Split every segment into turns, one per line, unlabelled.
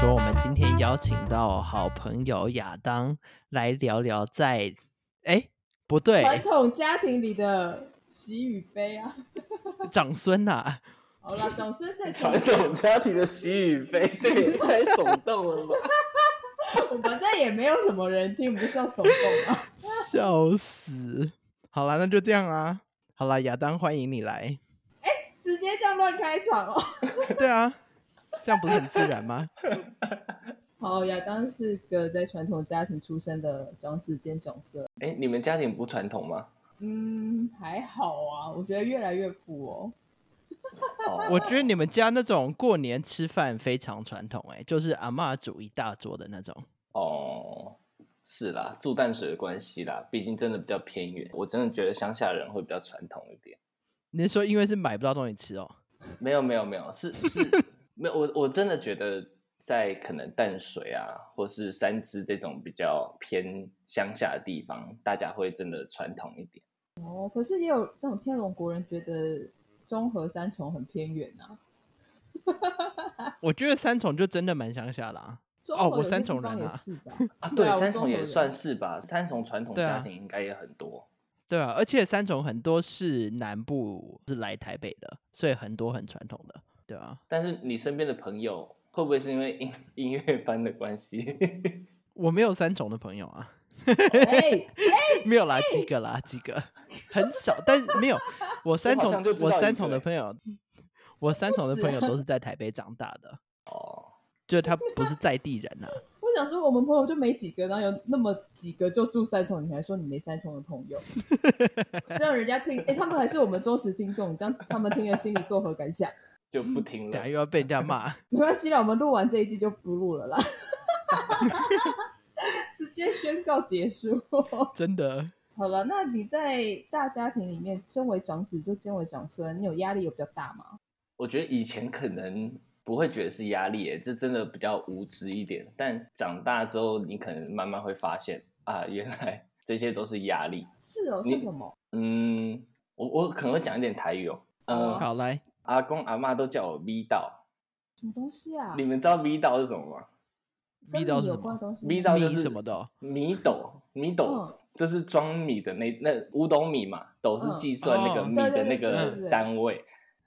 说，我们今天邀请到好朋友亚当来聊聊在，哎，不对，
传统家庭里的喜与悲啊。
长孙呐、啊，
好啦，长孙在
传统家庭的喜与悲，这也太耸动了 吧？
我们这也没有什么人听，不是要手动 啊。
笑死！好啦，那就这样啊。好啦，亚当，欢迎你来。
直接这样乱开场哦。
对啊，这样不是很自然吗？
好，亚当是个在传统家庭出生的长子兼长孙。
哎、你们家庭不传统吗？
嗯，还好啊，我觉得越来越普哦。
哦
我觉得你们家那种过年吃饭非常传统、哎，就是阿嬷煮一大桌的那种。
哦，是啦，住淡水的关系啦，毕竟真的比较偏远，我真的觉得乡下人会比较传统一点。
你是说因为是买不到东西吃哦？
没有没有没有，是 是没有我我真的觉得在可能淡水啊，或是三芝这种比较偏乡下的地方，大家会真的传统一点。
哦，可是也有那种天龙国人觉得中和三重很偏远啊。
我觉得三重就真的蛮乡下啦、
中
哦
和
我
有些
三
地
重人
方也
啊
是吧？
啊，
对
对，
啊我中
三重
和
也
人
算是吧，三重传统
对
家
啊
庭应该也很多。
对啊，而且三重很多是南部是来台北的，所以很多很传统的，对啊。
但是你身边的朋友会不会是因为音 音乐班的关系？
我没有三重的朋友啊，
哎，
没有啦，几个啦，几个，很少，但是没有。我三
好
重
像就，知
我
道
三
一
重的
个
朋友，我三重的
止
朋友都是在台北长大的，
哦，
就是他不是在地人啊。
我想说我们朋友就没几个，然后有那么几个就住三重，你还说你没三重的朋友，这样人家听，哎、他们还是我们忠实听众，这样他们听了心里作何感想？
就不听
等下
了。
又要被人家骂。
没关系啦，我们录完这一季就不录了啦， 直接宣告结束。
真的，
好了，那你在大家庭里面，身为长子就身为长孙，你有压力有比较大吗？
我觉得以前可能不会觉得是压力耶，这真的比较无知一点。但长大之后，你可能慢慢会发现啊，原来 这些都是压力。
是哦，
你
是什么？
嗯，我我可能会讲一点台语哦。嗯，
好来，
阿公阿妈都叫我咪道，
什么东西啊
你？们知道咪道是什么吗？
跟
味道
你
是
有
什
关的
么？
东西吗？
咪道就
米
是
什么的哦
米斗，米斗
嗯
就是装米的那那五斗米嘛，斗是
嗯
计算那个
哦
米
对对
的那
对
对对
个
对
单位。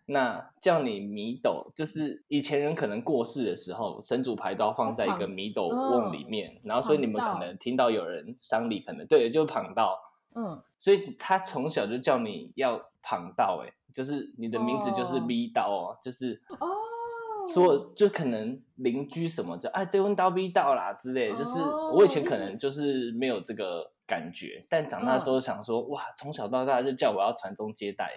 那叫你米斗，就是以前人可能过世的时候，神主牌都要放在一个
旁
米斗瓮里面，
哦
然后所以你们
旁
可
道
能听到有人丧礼，可能对，就是旁道，
嗯，
所以他从小就叫你要旁道、欸，就是你的名字就是
哦
米道哦，就是
哦，
所有就可能邻居什么就哎，这问刀逼到啦之类的，就是
哦
我以前
就
可
是嗯
能就是没有这个感觉，但长大之后想说，哇，从小到大就叫我要传宗接代，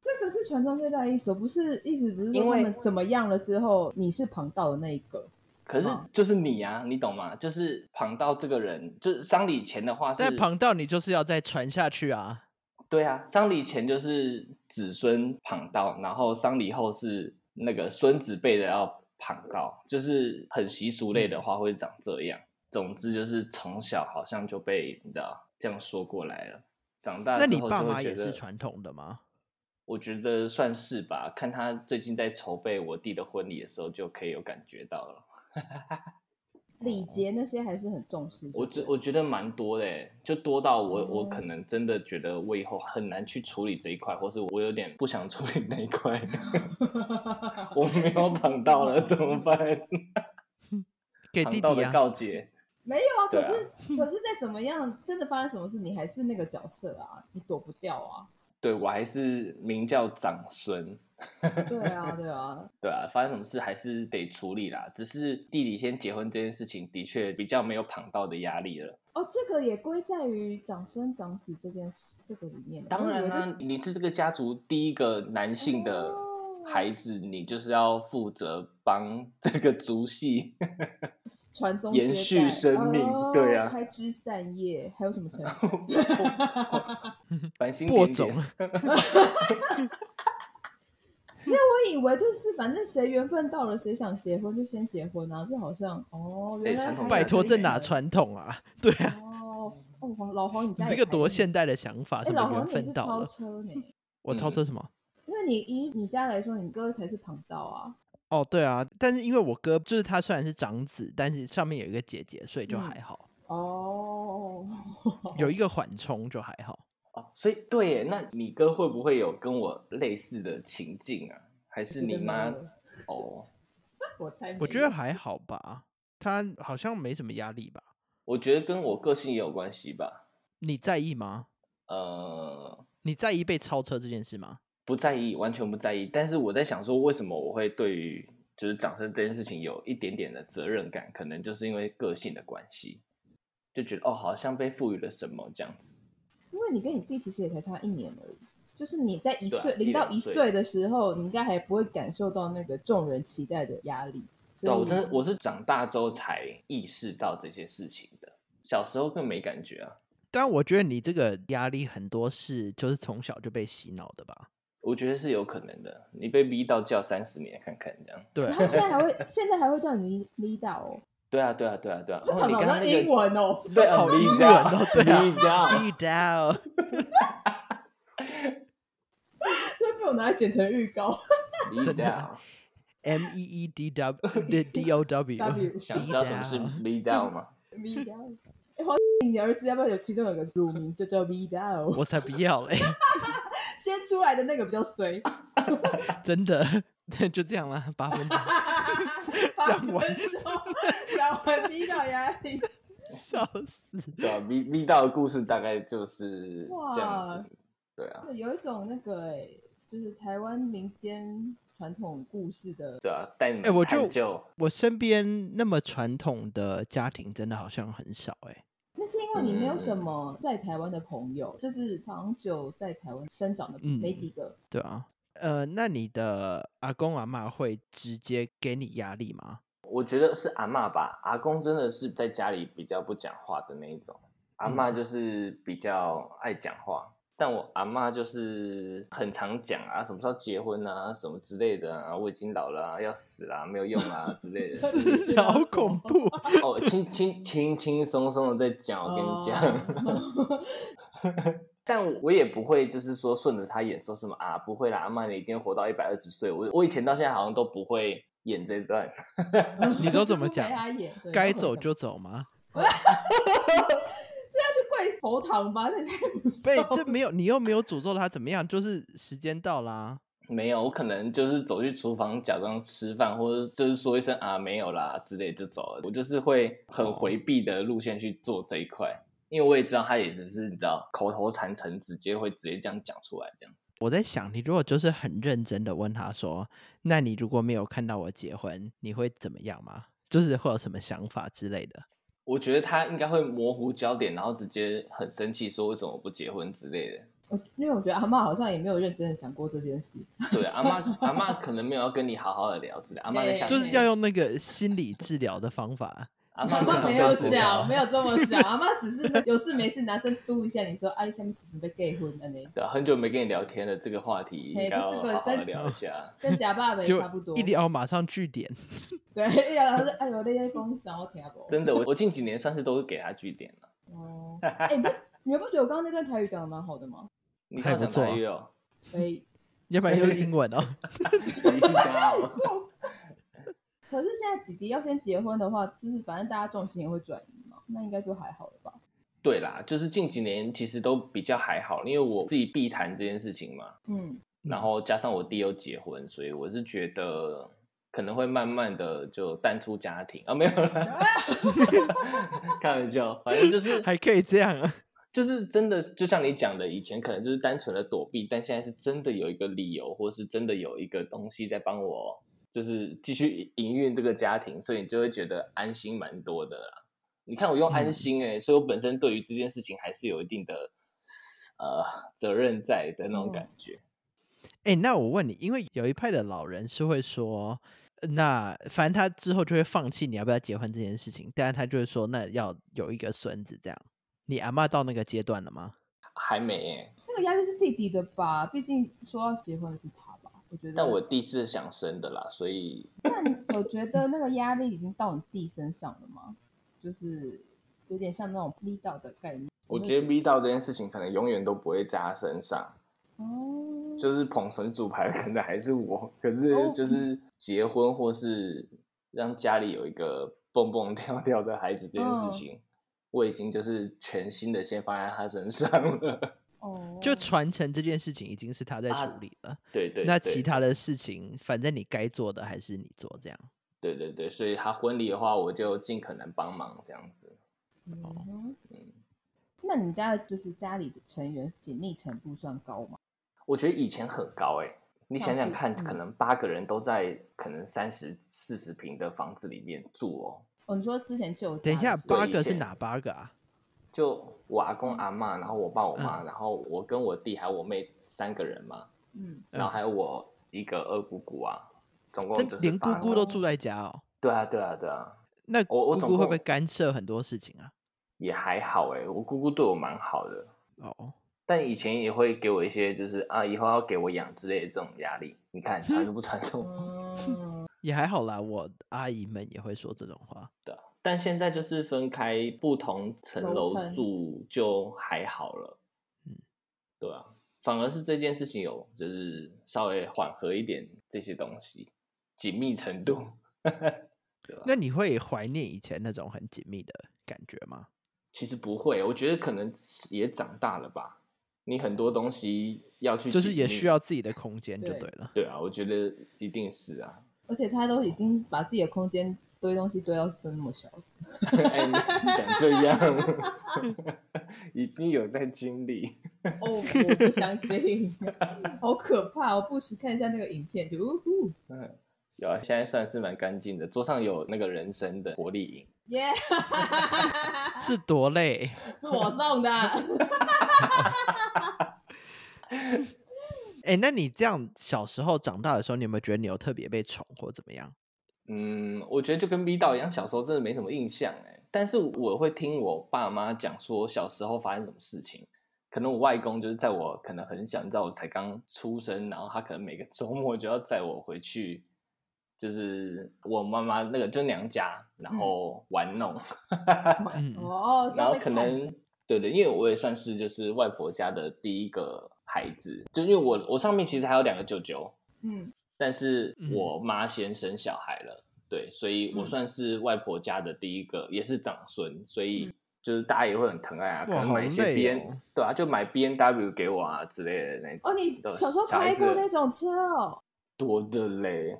这个是传宗接代的意思哦，不是意思不是说
因
他
为哦
们怎么样了之后，你是旁道的那一个。
可是
嗯
就是你啊，你懂吗？就是旁到这个人，就是丧礼前的话是
在旁道你就是要再传下去啊。
对啊，丧礼前就是子孙旁道，然后丧礼后是那个孙子辈的要旁道，就是很习俗类的话会长这样。总之就是从小好像就被你知道这样说过来了，长大
那
啊之
你
后
爸
就会
妈
觉
也是
得，
传统的吗？
我觉得算是吧。看他最近在筹备我弟的婚礼的时候，就可以有感觉到了。
礼节那些还是很重视。
我觉我觉得蛮多的欸，就多到我
哦
我可能真的觉得我以后很难去处理这一块，或是我有点不想处理那一块。 我没有绑到了，怎么办？
给
绑
弟
到
弟
的
啊，
告解，
没有啊，
对
可
啊
是、可是再怎么样，真的发生什么事，你还是那个角色啊，你躲不掉啊。
对我还是名叫长孙，
对啊，对啊，
对啊，发生什么事还是得处理啦。只是弟弟先结婚这件事情，的确比较没有绑到的压力了。
哦，这个也归在于长孙长子这件事这个里面。哦
当然
我以
啦、
为
啊
就是
你是这个家族第一个男性的
哦
孩子，你就是要负责帮这个族系。
传宗
延
接
续
代
生命
哦
对啊
开枝散叶，还有什么成
繁星
播
点
种
点。
我以为就是，反正谁缘分到了，谁想结婚就先结婚啊，就好像哦，原
哎
来
传统
还有
拜托，
这
这
一
哪
层
传统啊？对啊，
哦哦，黄老黄，你
你
家
这
也
个
开
多
这么
现代的想法，
哎、
什
老
么缘
黄你
分
是
到
超
了？
车呢？
我超
嗯
车什么？
因为你以你家来说，你哥才是旁道啊。
哦，对啊，但是因为我哥就是他虽然是长子，但是上面有一个姐姐，所以就
嗯
还好，
哦，
有一个缓冲就还好。
哦，所以对耶，那你哥会不会有跟我类似的情境啊？还是你妈？哦，
我猜没有，
我觉得还好吧，他好像没什么压力吧？
我觉得跟我个性也有关系吧。
你在意吗？
呃，
你在意被超车这件事吗？
不在意，完全不在意。但是我在想说，为什么我会对于就是掌声这件事情有一点点的责任感？可能就是因为个性的关系，就觉得哦，好像被赋予了什么这样子。
因为你跟你弟其实也才差一年而已，就是你在一岁
对啊
零、
一
到
两
一
岁
岁的时候，你应该还不会感受到那个众人期待的压力。所以
对啊，我真的我是长大之后才意识到这些事情的，小时候更没感觉啊。
但我觉得你这个压力很多是就是从小就被洗脑的 吧？
我觉得是有可能的，你被逼到叫三十年看看这样。
对
然
啊
后现在还会现在还会叫你 leader 哦，
对啊，对啊，对啊，对啊。
他
哦
讲
你
的
刚刚
像
那
英
个
文哦，
对啊，
好
你
英
这样
文哦对啊
你这样
记得
这被我拿来剪成预告。
你这样
M E E D W D D O W，
W
想知道什么是
啊
lead down 吗？
Vidal，哎， 黄你儿子要不要有其中有个乳名就叫 Vidal？
我才不要 嘞，
先出来的那个比较衰，
真的就这样啦，八 分钟
讲
完
讲完 Vidal 压力，
笑死。
对啊，V V 到的故事大概就是这样
哇
子。对啊，
有一种那个哎、就是台湾民间传统故事的
对啊，带你
哎我
探
就
究
我身边那么传统的家庭真的好像很少哎、
那是因为你没有什么在台湾的朋友，就是长久在台湾生长的
嗯
没几个。
对啊，呃，那你的阿公阿妈会直接给你压力吗？
我觉得是阿嬷吧，阿公真的是在家里比较不讲话的那一种，阿嬷就是比较爱讲话，但我阿嬷就是很常讲啊，什么时候结婚啊，什么之类的啊，我已经老了、啊，要死啦、没有用啊之类的，就是
要
好
什
恐
么
怖！
哦，轻轻轻轻松松的在讲，我跟你讲。
哦
但我也不会，就是说顺着他演说什么啊，不会啦，阿妈你一定活到一百二十岁。我我以前到现在好像都不会演这段，
你都怎么
就陪
讲？
他 演对
该
都陪他
走
演
就走 吗？
这要去跪佛堂吧？那也太不
所
孝
以
了。
这没有，你又没有诅咒他怎么样，就是时间到啦。
没有，我可能就是走去厨房假装吃饭，或者就是说一声啊没有啦之类就走了。我就是会很回避的路线去做这一块，因为我也知道他也只是你知道口头禅成，直接会直接这样讲出来这样子。
我在想，你如果就是很认真的问他说，那你如果没有看到我结婚，你会怎么样吗？就是会有什么想法之类的？
我觉得他应该会模糊焦点，然后直接很生气说为什么我不结婚之类的。
我哦因为我觉得阿妈好像也没有认真的想过这件事。
对，阿妈阿妈可能没有要跟你好好的聊之类的，阿妈在想
就是要
你
用那个心理治疗的方法。
阿
阿
可
妈
能
没有
被治疗
想，没有这么想。阿妈只是有事没事拿针嘟一下你说，啊，你下面是准备 gay 婚了呢？
对啊，很久没跟你聊天了，这个话题应该
嘿
要
这是个
好好地
跟
聊一下。
跟假爸爸也
就
差不多。
一聊马上据点，
对，一聊他说，哎呦，那些公司我听不懂。
真的，我我近几年算是都是给他据点了。
哦，哎，你不你们不觉得我刚刚那段台语讲的蛮好的吗？
你
还
看我
不
讲
错
台语哦，
所以
要不然就是英文哦。
你家哦
可是现在弟弟要先结婚的话，就是反正大家重心也会转移嘛，那应该就还好了吧？
对啦，就是近几年其实都比较还好，因为我自己避谈这件事情嘛，
嗯，
然后加上我弟又结婚，所以我是觉得可能会慢慢的就淡出家庭啊，没有啦，开玩笑，反正就是
还可以这样啊？
就是真的，就像你讲的，以前可能就是单纯的躲避，但现在是真的有一个理由，或是真的有一个东西在帮我，就是继续营运这个家庭，所以你就会觉得安心蛮多的啦。你看我用安心哎、所以我本身对于这件事情还是有一定的呃责任在的那种感觉。
哎、那我问你，因为有一派的老人是会说，呃那反正他之后就会放弃你要不要结婚这件事情，但是他就会说，那要有一个孙子这样。你阿嬷到那个阶段了吗？
还没哎、
那个压力是弟弟的吧？毕竟说要结婚的是他吧？我觉得，
但我弟是想生的啦，所以
那我觉得那个压力已经到你弟身上了吗？就是有点像那种力道的概念。
我觉得 V 到这件事情可能永远都不会在他身上。
哦，
就是捧神主牌，可能还是我。可是
哦
就是结婚或是让家里有一个蹦蹦跳跳的孩子这件
嗯
事情，我已经就是全心的先放在他身上了。
哦，
就传承这件事情已经是他在
啊
处理了，
对对
那
对
其他的事情，反正你该做的还是你做，这样。
对对对，所以他婚礼的话，我就尽可能帮忙这样子。
嗯
哦
哼那你家就是家里的成员紧密程度算高吗？
我觉得以前很高哎、你
那
想想
是
看，
嗯
可能八个人都在可能三十四十平的房子里面住哦，
哦，你说之前就有
等一
家
下，
的时候
八
以
个是
前
哪八个啊？
就我阿
嗯
公阿妈，然后我爸我妈，然后我跟我弟还有我妹三个人嘛，
嗯，
嗯
然后还有我一个二姑姑啊，总共
真
就是
连姑
八
姑
个
都住在家哦。
对啊对啊对啊，
那
我我
姑
总
姑会不会
共
干涉很多事情啊？
也还好哎、我姑姑对我蛮好的，
哦，
但以前也会给我一些就是啊以后要给我养之类的这种压力，你
嗯
看传都不传这种话
嗯，
也还好啦，我阿姨们也会说这种话。
但现在就是分开不同层
楼
楼
层
住就还好了，
嗯
嗯，对啊，反而是这件事情有就是稍微缓和一点这些东西紧密程度，对啊吧、
那你会怀念以前那种很紧密的感觉吗？
其实不会，我觉得可能是也长大了吧，你很多东西要去
就是
紧
也
密
需要自己的空间就
对
对 了。
对啊，我觉得一定是啊，
而且他都已经把自己的空间堆东西堆到就那么小了，
哎，你讲这样 已经有在经历。
哦，我不相信， 好可怕！我不时看一下那个影片，就呜呼，
有啊，现在算是蛮干净的，桌上有那个人参的活力饮，
耶、
是多累，
是我送的，
哎，那你这样小时候长大的时候，你有没有觉得你有特别被宠或怎么样？
嗯，我觉得就跟 V 道一样，小时候真的没什么印象哎，但是我会听我爸妈讲说小时候发生什么事情。可能我外公就是在我可能很小，你知道我才刚出生，然后他可能每个周末就要载我回去，就是我妈妈那个就娘家，然后玩弄，
嗯
哦，是
然
要嗯
后
被
可
看
能对对，因为我也算是就是外婆家的第一个孩子，就因为我我上面其实还有两个舅舅，
嗯，
但是
嗯
我妈先生小孩了，对，所以我
嗯
算是外婆家的第一个，也是长孙，所以就是大家也会很疼爱啊，可
嗯哇
能买一
好
些
累
B N，、
哦
对啊，就买 B N W 给我啊之类的那种，
哦，你
对
小时候
小孩
开
子
过那种车 哦，
多的嘞，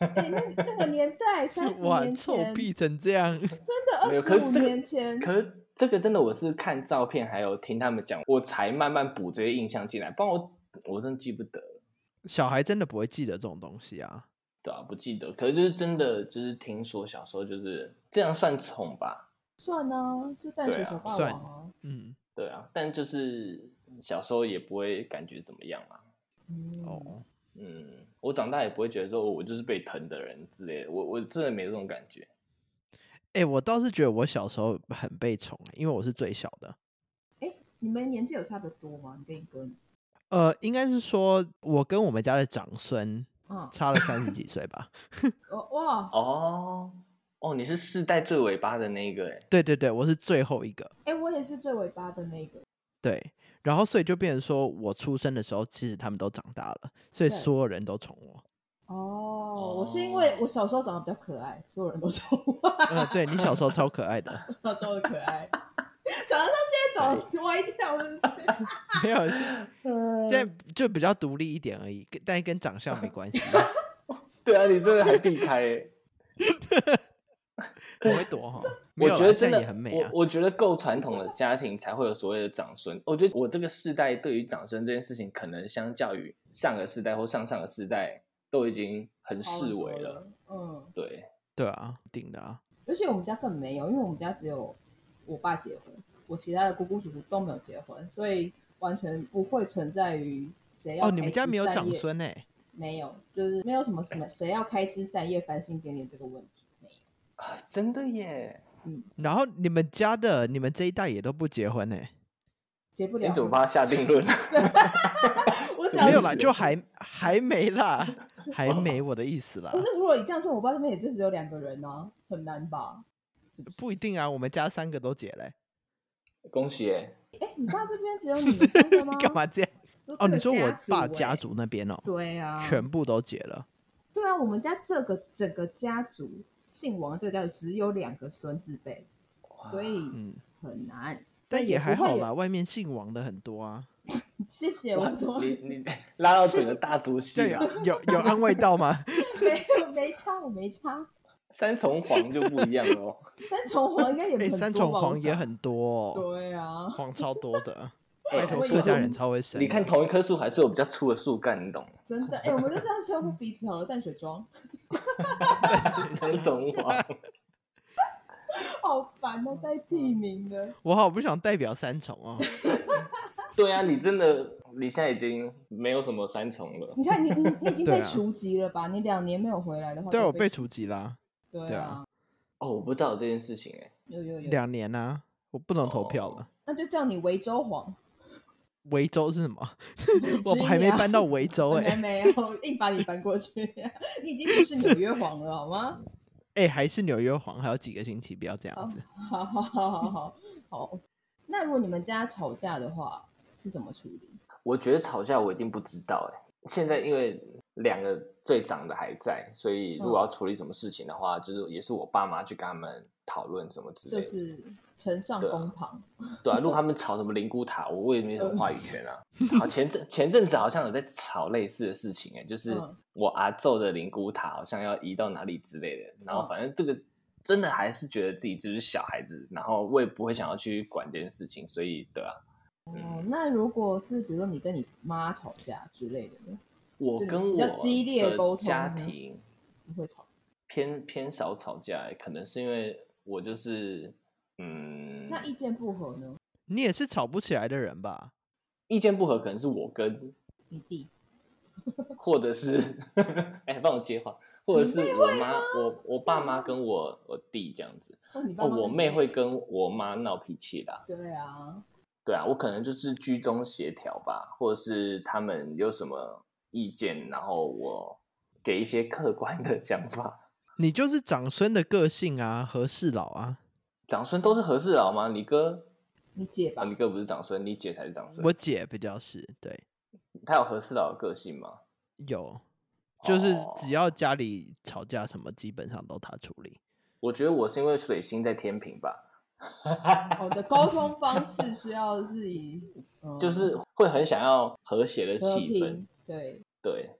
哎、那那个年 代三十
哇，
年
臭
前，
屁成这样，
真的二
没有
十
可
五
是这个
年前，
可是这个真的，我是看照片还有听他们讲，我才慢慢补这些印象进来，不然我我真的记不得了。
小孩真的不会记得这种东西啊。
对啊，不记得，可是就是真的，就是听说小时候就是这样算宠吧，
算啊，就淡水
对啊
小霸王
算
啊，
嗯，
对啊，但就是小时候也不会感觉怎么样啊啦，
嗯，
哦，
嗯，我长大也不会觉得说我就是被疼的人之类的，我我真的没这种感觉，
哎，我倒是觉得我小时候很被宠，因为我是最小的。
你们年纪有差别多吗？你跟你哥，
呃，应该是说我跟我们家的长孙
嗯，
差了三十几岁吧。
哦哇，
哦哦，你是世代最尾巴的那一个哎，
对对对，我是最后一个。
哎、我也是最尾巴的那个，
对，然后所以就变成说我出生的时候，其实他们都长大了，所以
对
所有人都宠我。
哦，我是因为我小时候长得比较可爱，所有人都说我
嗯，对你小时候超可爱的，
小时候很可 爱，长得像现在长得歪掉，是不是？
没有，现在就比较独立一点而已，跟但跟长相没关系，
对啊，你真的还避开
我
哎，
会躲哈。没
我
有
觉
啦
得
现
真
在
的
也很美
我
啊。
我觉得够传统的家庭才会有所谓的长孙。我觉得我这个世代对于长孙这件事情，可能相较于上个世代或上上个世代，都已经很视为了。，
嗯，
对，
对啊，顶的啊。
而且我们家更没有，因为我们家只有我爸结婚，我其他的姑姑叔叔都没有结婚，所以完全不会存在于谁要
哦，你们
开枝
家没有
散
长
叶
孙哎、
没有，就是没有什么什么谁要开枝散叶、繁星点点这个问题，没有。
啊，真的耶！
然后你们家的你们这一代也都不结婚哎、
结不
你
了
怎，么帮他下定论？啊
我
这
想
样
没有
子
啦，就还还没 啦，还没我的意思啦
可。是如果你这样说，我爸这边也就只有两个人呢、很难吧？是不是？
不一定啊，我们家三个都结嘞、
恭喜耶！欸
哎、你爸这边只有你们三个吗
？干嘛这样？哦，
这
你
个
说我
族
爸
欸
家？族那边哦，
对啊，
全部都解了，
对啊，我们家这个整个家族姓王这个家族只有两个孙子辈，所以
嗯，
很难。所
但
以
也还
不会啊
好
有
啦，。外面姓王的很多啊，
谢谢，
哇
我怎么
你你 拉到整个大族系
对
啊，
有有有安慰到 吗？
没有没差？我没差。
三重黄就不一样了哦。
三 重黄应该也
哎，
很多吧、
三重
我
黄也
想
很多，哦，
对啊，
黄超多的，
哎
拜托
我以
客家
前
人超会生的，
你看同一棵树还是有比较粗的树干，你懂吗？
真的哎、我们就这样称呼彼此好了。淡水庄，
三重黄，
好烦哦，带
嗯
地名的。
我好不想代表三重哦，
对啊，你真的你现在已经没有什么三重了。
你看你你你已经
对
被
啊
除籍了吧？你两年没有回来的话，
对啊，
就
我被
除。
除籍啦，
对
对
啊
啊，
哦，我不知道有这件事情哎、
有有有，
两年啊，我不能投票
哦
了。
那就叫你维州黄。
维州是什 么？我还没
啊
Virginia
搬到维州哎、
还没有，硬把你搬过去， 你已经不是纽约皇了，好吗？
哎、还是纽约黄，还有几个星期，不要这样子。
好好好好好好。那如果你们家吵架的话，是怎么处理？
我觉得吵架我一定不知道哎、现在因为两个最长的还在，所以如果要处理什么事情的话，就是也是我爸妈去跟他们讨论什么之类
就
的。
是呈上
对啊
公堂，
对啊，如果他们吵什么灵骨塔，我我也
嗯
没什么话语权啊。 好，前阵前阵子好像有在吵类似的事情哎、就是
嗯
我阿宙的灵骨塔好像要移到哪里之类的。然后
嗯
反正这个真的还是觉得自己就是小孩子，然后我也不会想要去管这件事情，所以对啊，
哦，那如果是比如说你跟你妈吵架之类的呢，
我
对
跟
比
我
较激烈
的
沟通
家
呢
庭
你会吵？
偏偏少吵架欸，可能是因为我就是嗯，
那意见不合呢？
你也是吵不起来的人吧？
意见不合，可能是我跟
你弟
或者是哎，帮、我接话，或者是我妈，我我爸妈跟我我弟这样子，
或你爸啊妈
哦，
跟你、
我妹会跟我妈闹脾气啦。
对啊，
对啊，我可能就是居中协调吧，或者是他们有什么意见，然后我给一些客观的 想法。
你就是长孙的个性啊，和事佬啊。
长孙都是和事佬吗？你哥
你姐
啊，
吧，
你哥不是长孙，你姐才是长孙。
我姐比较是对，
他有和事佬的个性吗？
有，就是
哦
只要家里吵架什么，基本上都她处理。
我觉得我是因为水星在天平吧，啊
我哦的沟通方式需要是以、嗯
就是会很想要和谐的
和
气氛
平。，对，
对，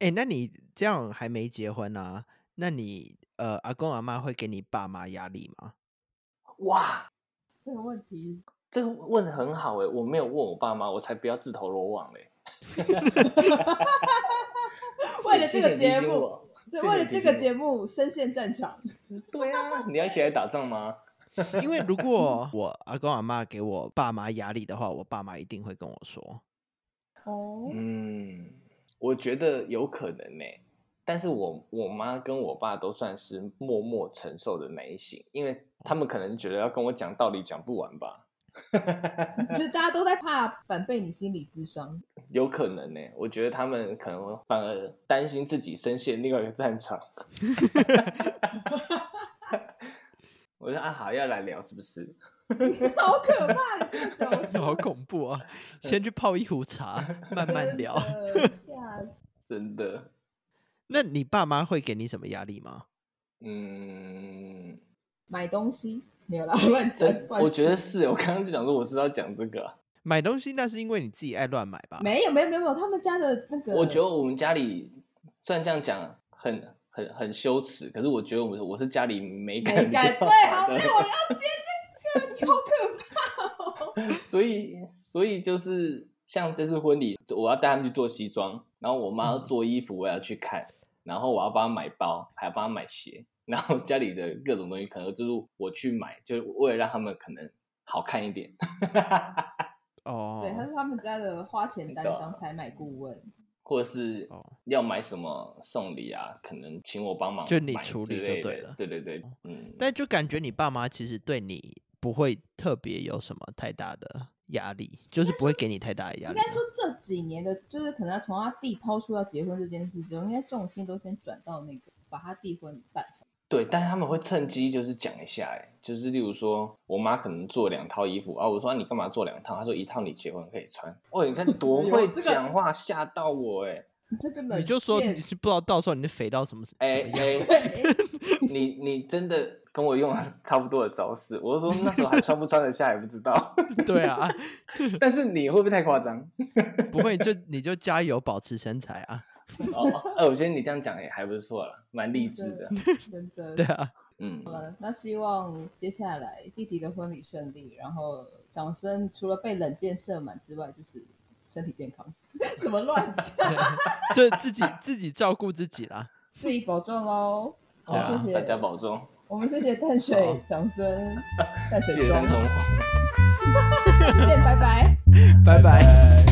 哎、那你这样还没结婚啊？那你呃，阿公阿妈会给你爸妈压力吗？
哇，
这个问题
这个问的很好哎、我没有问我爸妈，我才不要自投罗网嘞。
为了这个节
谢谢你提醒
目，
我，
对，
谢谢
为了
你
这
提
个
醒
节目深陷战 场，
我，对啊，你要一起来打仗吗？
因为如 果我阿公阿妈给我爸妈压力的话，我爸妈一定会跟我说。
哦，
嗯，我觉得有可能呢、但是我我妈跟我爸都算是默默承受的那一型，因为他们可能觉得要跟我讲道理讲不完吧。
就大家都在怕反被你心理智商，
有可能呢、我觉得他们可能反而担心自己深陷另外一个战场。 我说啊，好要来聊是不是？
好可怕，你这个角 色
好恐怖 啊！
嗯
先去泡一壶茶，慢慢聊。
真的吓死
真的，
那你爸妈会给你什么压力吗？
嗯，
买东西没有啦，乱讲
真，
乱
我觉得
讲
是。我刚刚就想说，我是不是要讲这个啊、
买东西那是因为你自己爱乱买吧？
没有没有没有没有，他们家的那个，
我觉得我们家里虽然这样讲很很很羞耻，可是我觉得我们我是家里没感
美感
到
最好，
的
对，我要接这个，你好可怕。
所以，所以就是像这次婚礼，我要带他们去做西装，然后我妈
嗯
要做衣服，我也要去看，然后我要帮她买包，还要帮她买鞋，然后家里的各种东西可能就是我去买，就是为了让他们可能好看一点。
哦，
对，他是他们家的花钱担
对啊
当，采买顾问，
或者是
哦
要买什么送礼啊，可能请我帮忙，
就你处理就
对
对了哦
对对对，嗯，
但就感觉你爸妈其实对你不会特别有什么太大的压力，就是不会给你太大的压
应
力
该
吗。
说这几年的，就是可能他从他弟抛出要结婚这件事之后，应该重心都先转到那个把他弟婚办好。
对，但是他们会趁机就是讲一下、哎，就是例如说我妈可能做两套衣服啊，我说、啊你干嘛做两套？她说一套你结婚可以穿。哦，你看 多
哎呦
会
这个
讲话，吓到我哎、
你这个冷
你就说
箭
你是不知道到时候你的肥到什么
哎、
什么样，
哎、你你真的跟我用了 差不多的招式，我就说那时候还穿不穿得下也不知道，
对啊，
但是你会不会太夸张？
不会 就你就加油保持身材啊，
哦，哎、我觉得你这样讲也还不错了，蛮励志的。
真的
对啊，
嗯，
那希望接下来弟弟的婚礼顺利，然后掌声除了被冷箭射满之外，就是身体健康。 什么乱讲，
就自己自己照顾自己啦。
自己保重喽。好，
对啊
谢
大家
谢，
保重，
我们谢谢淡
好
水，掌声，淡水
谢谢
中
三，重，
下次见，拜拜。
拜拜。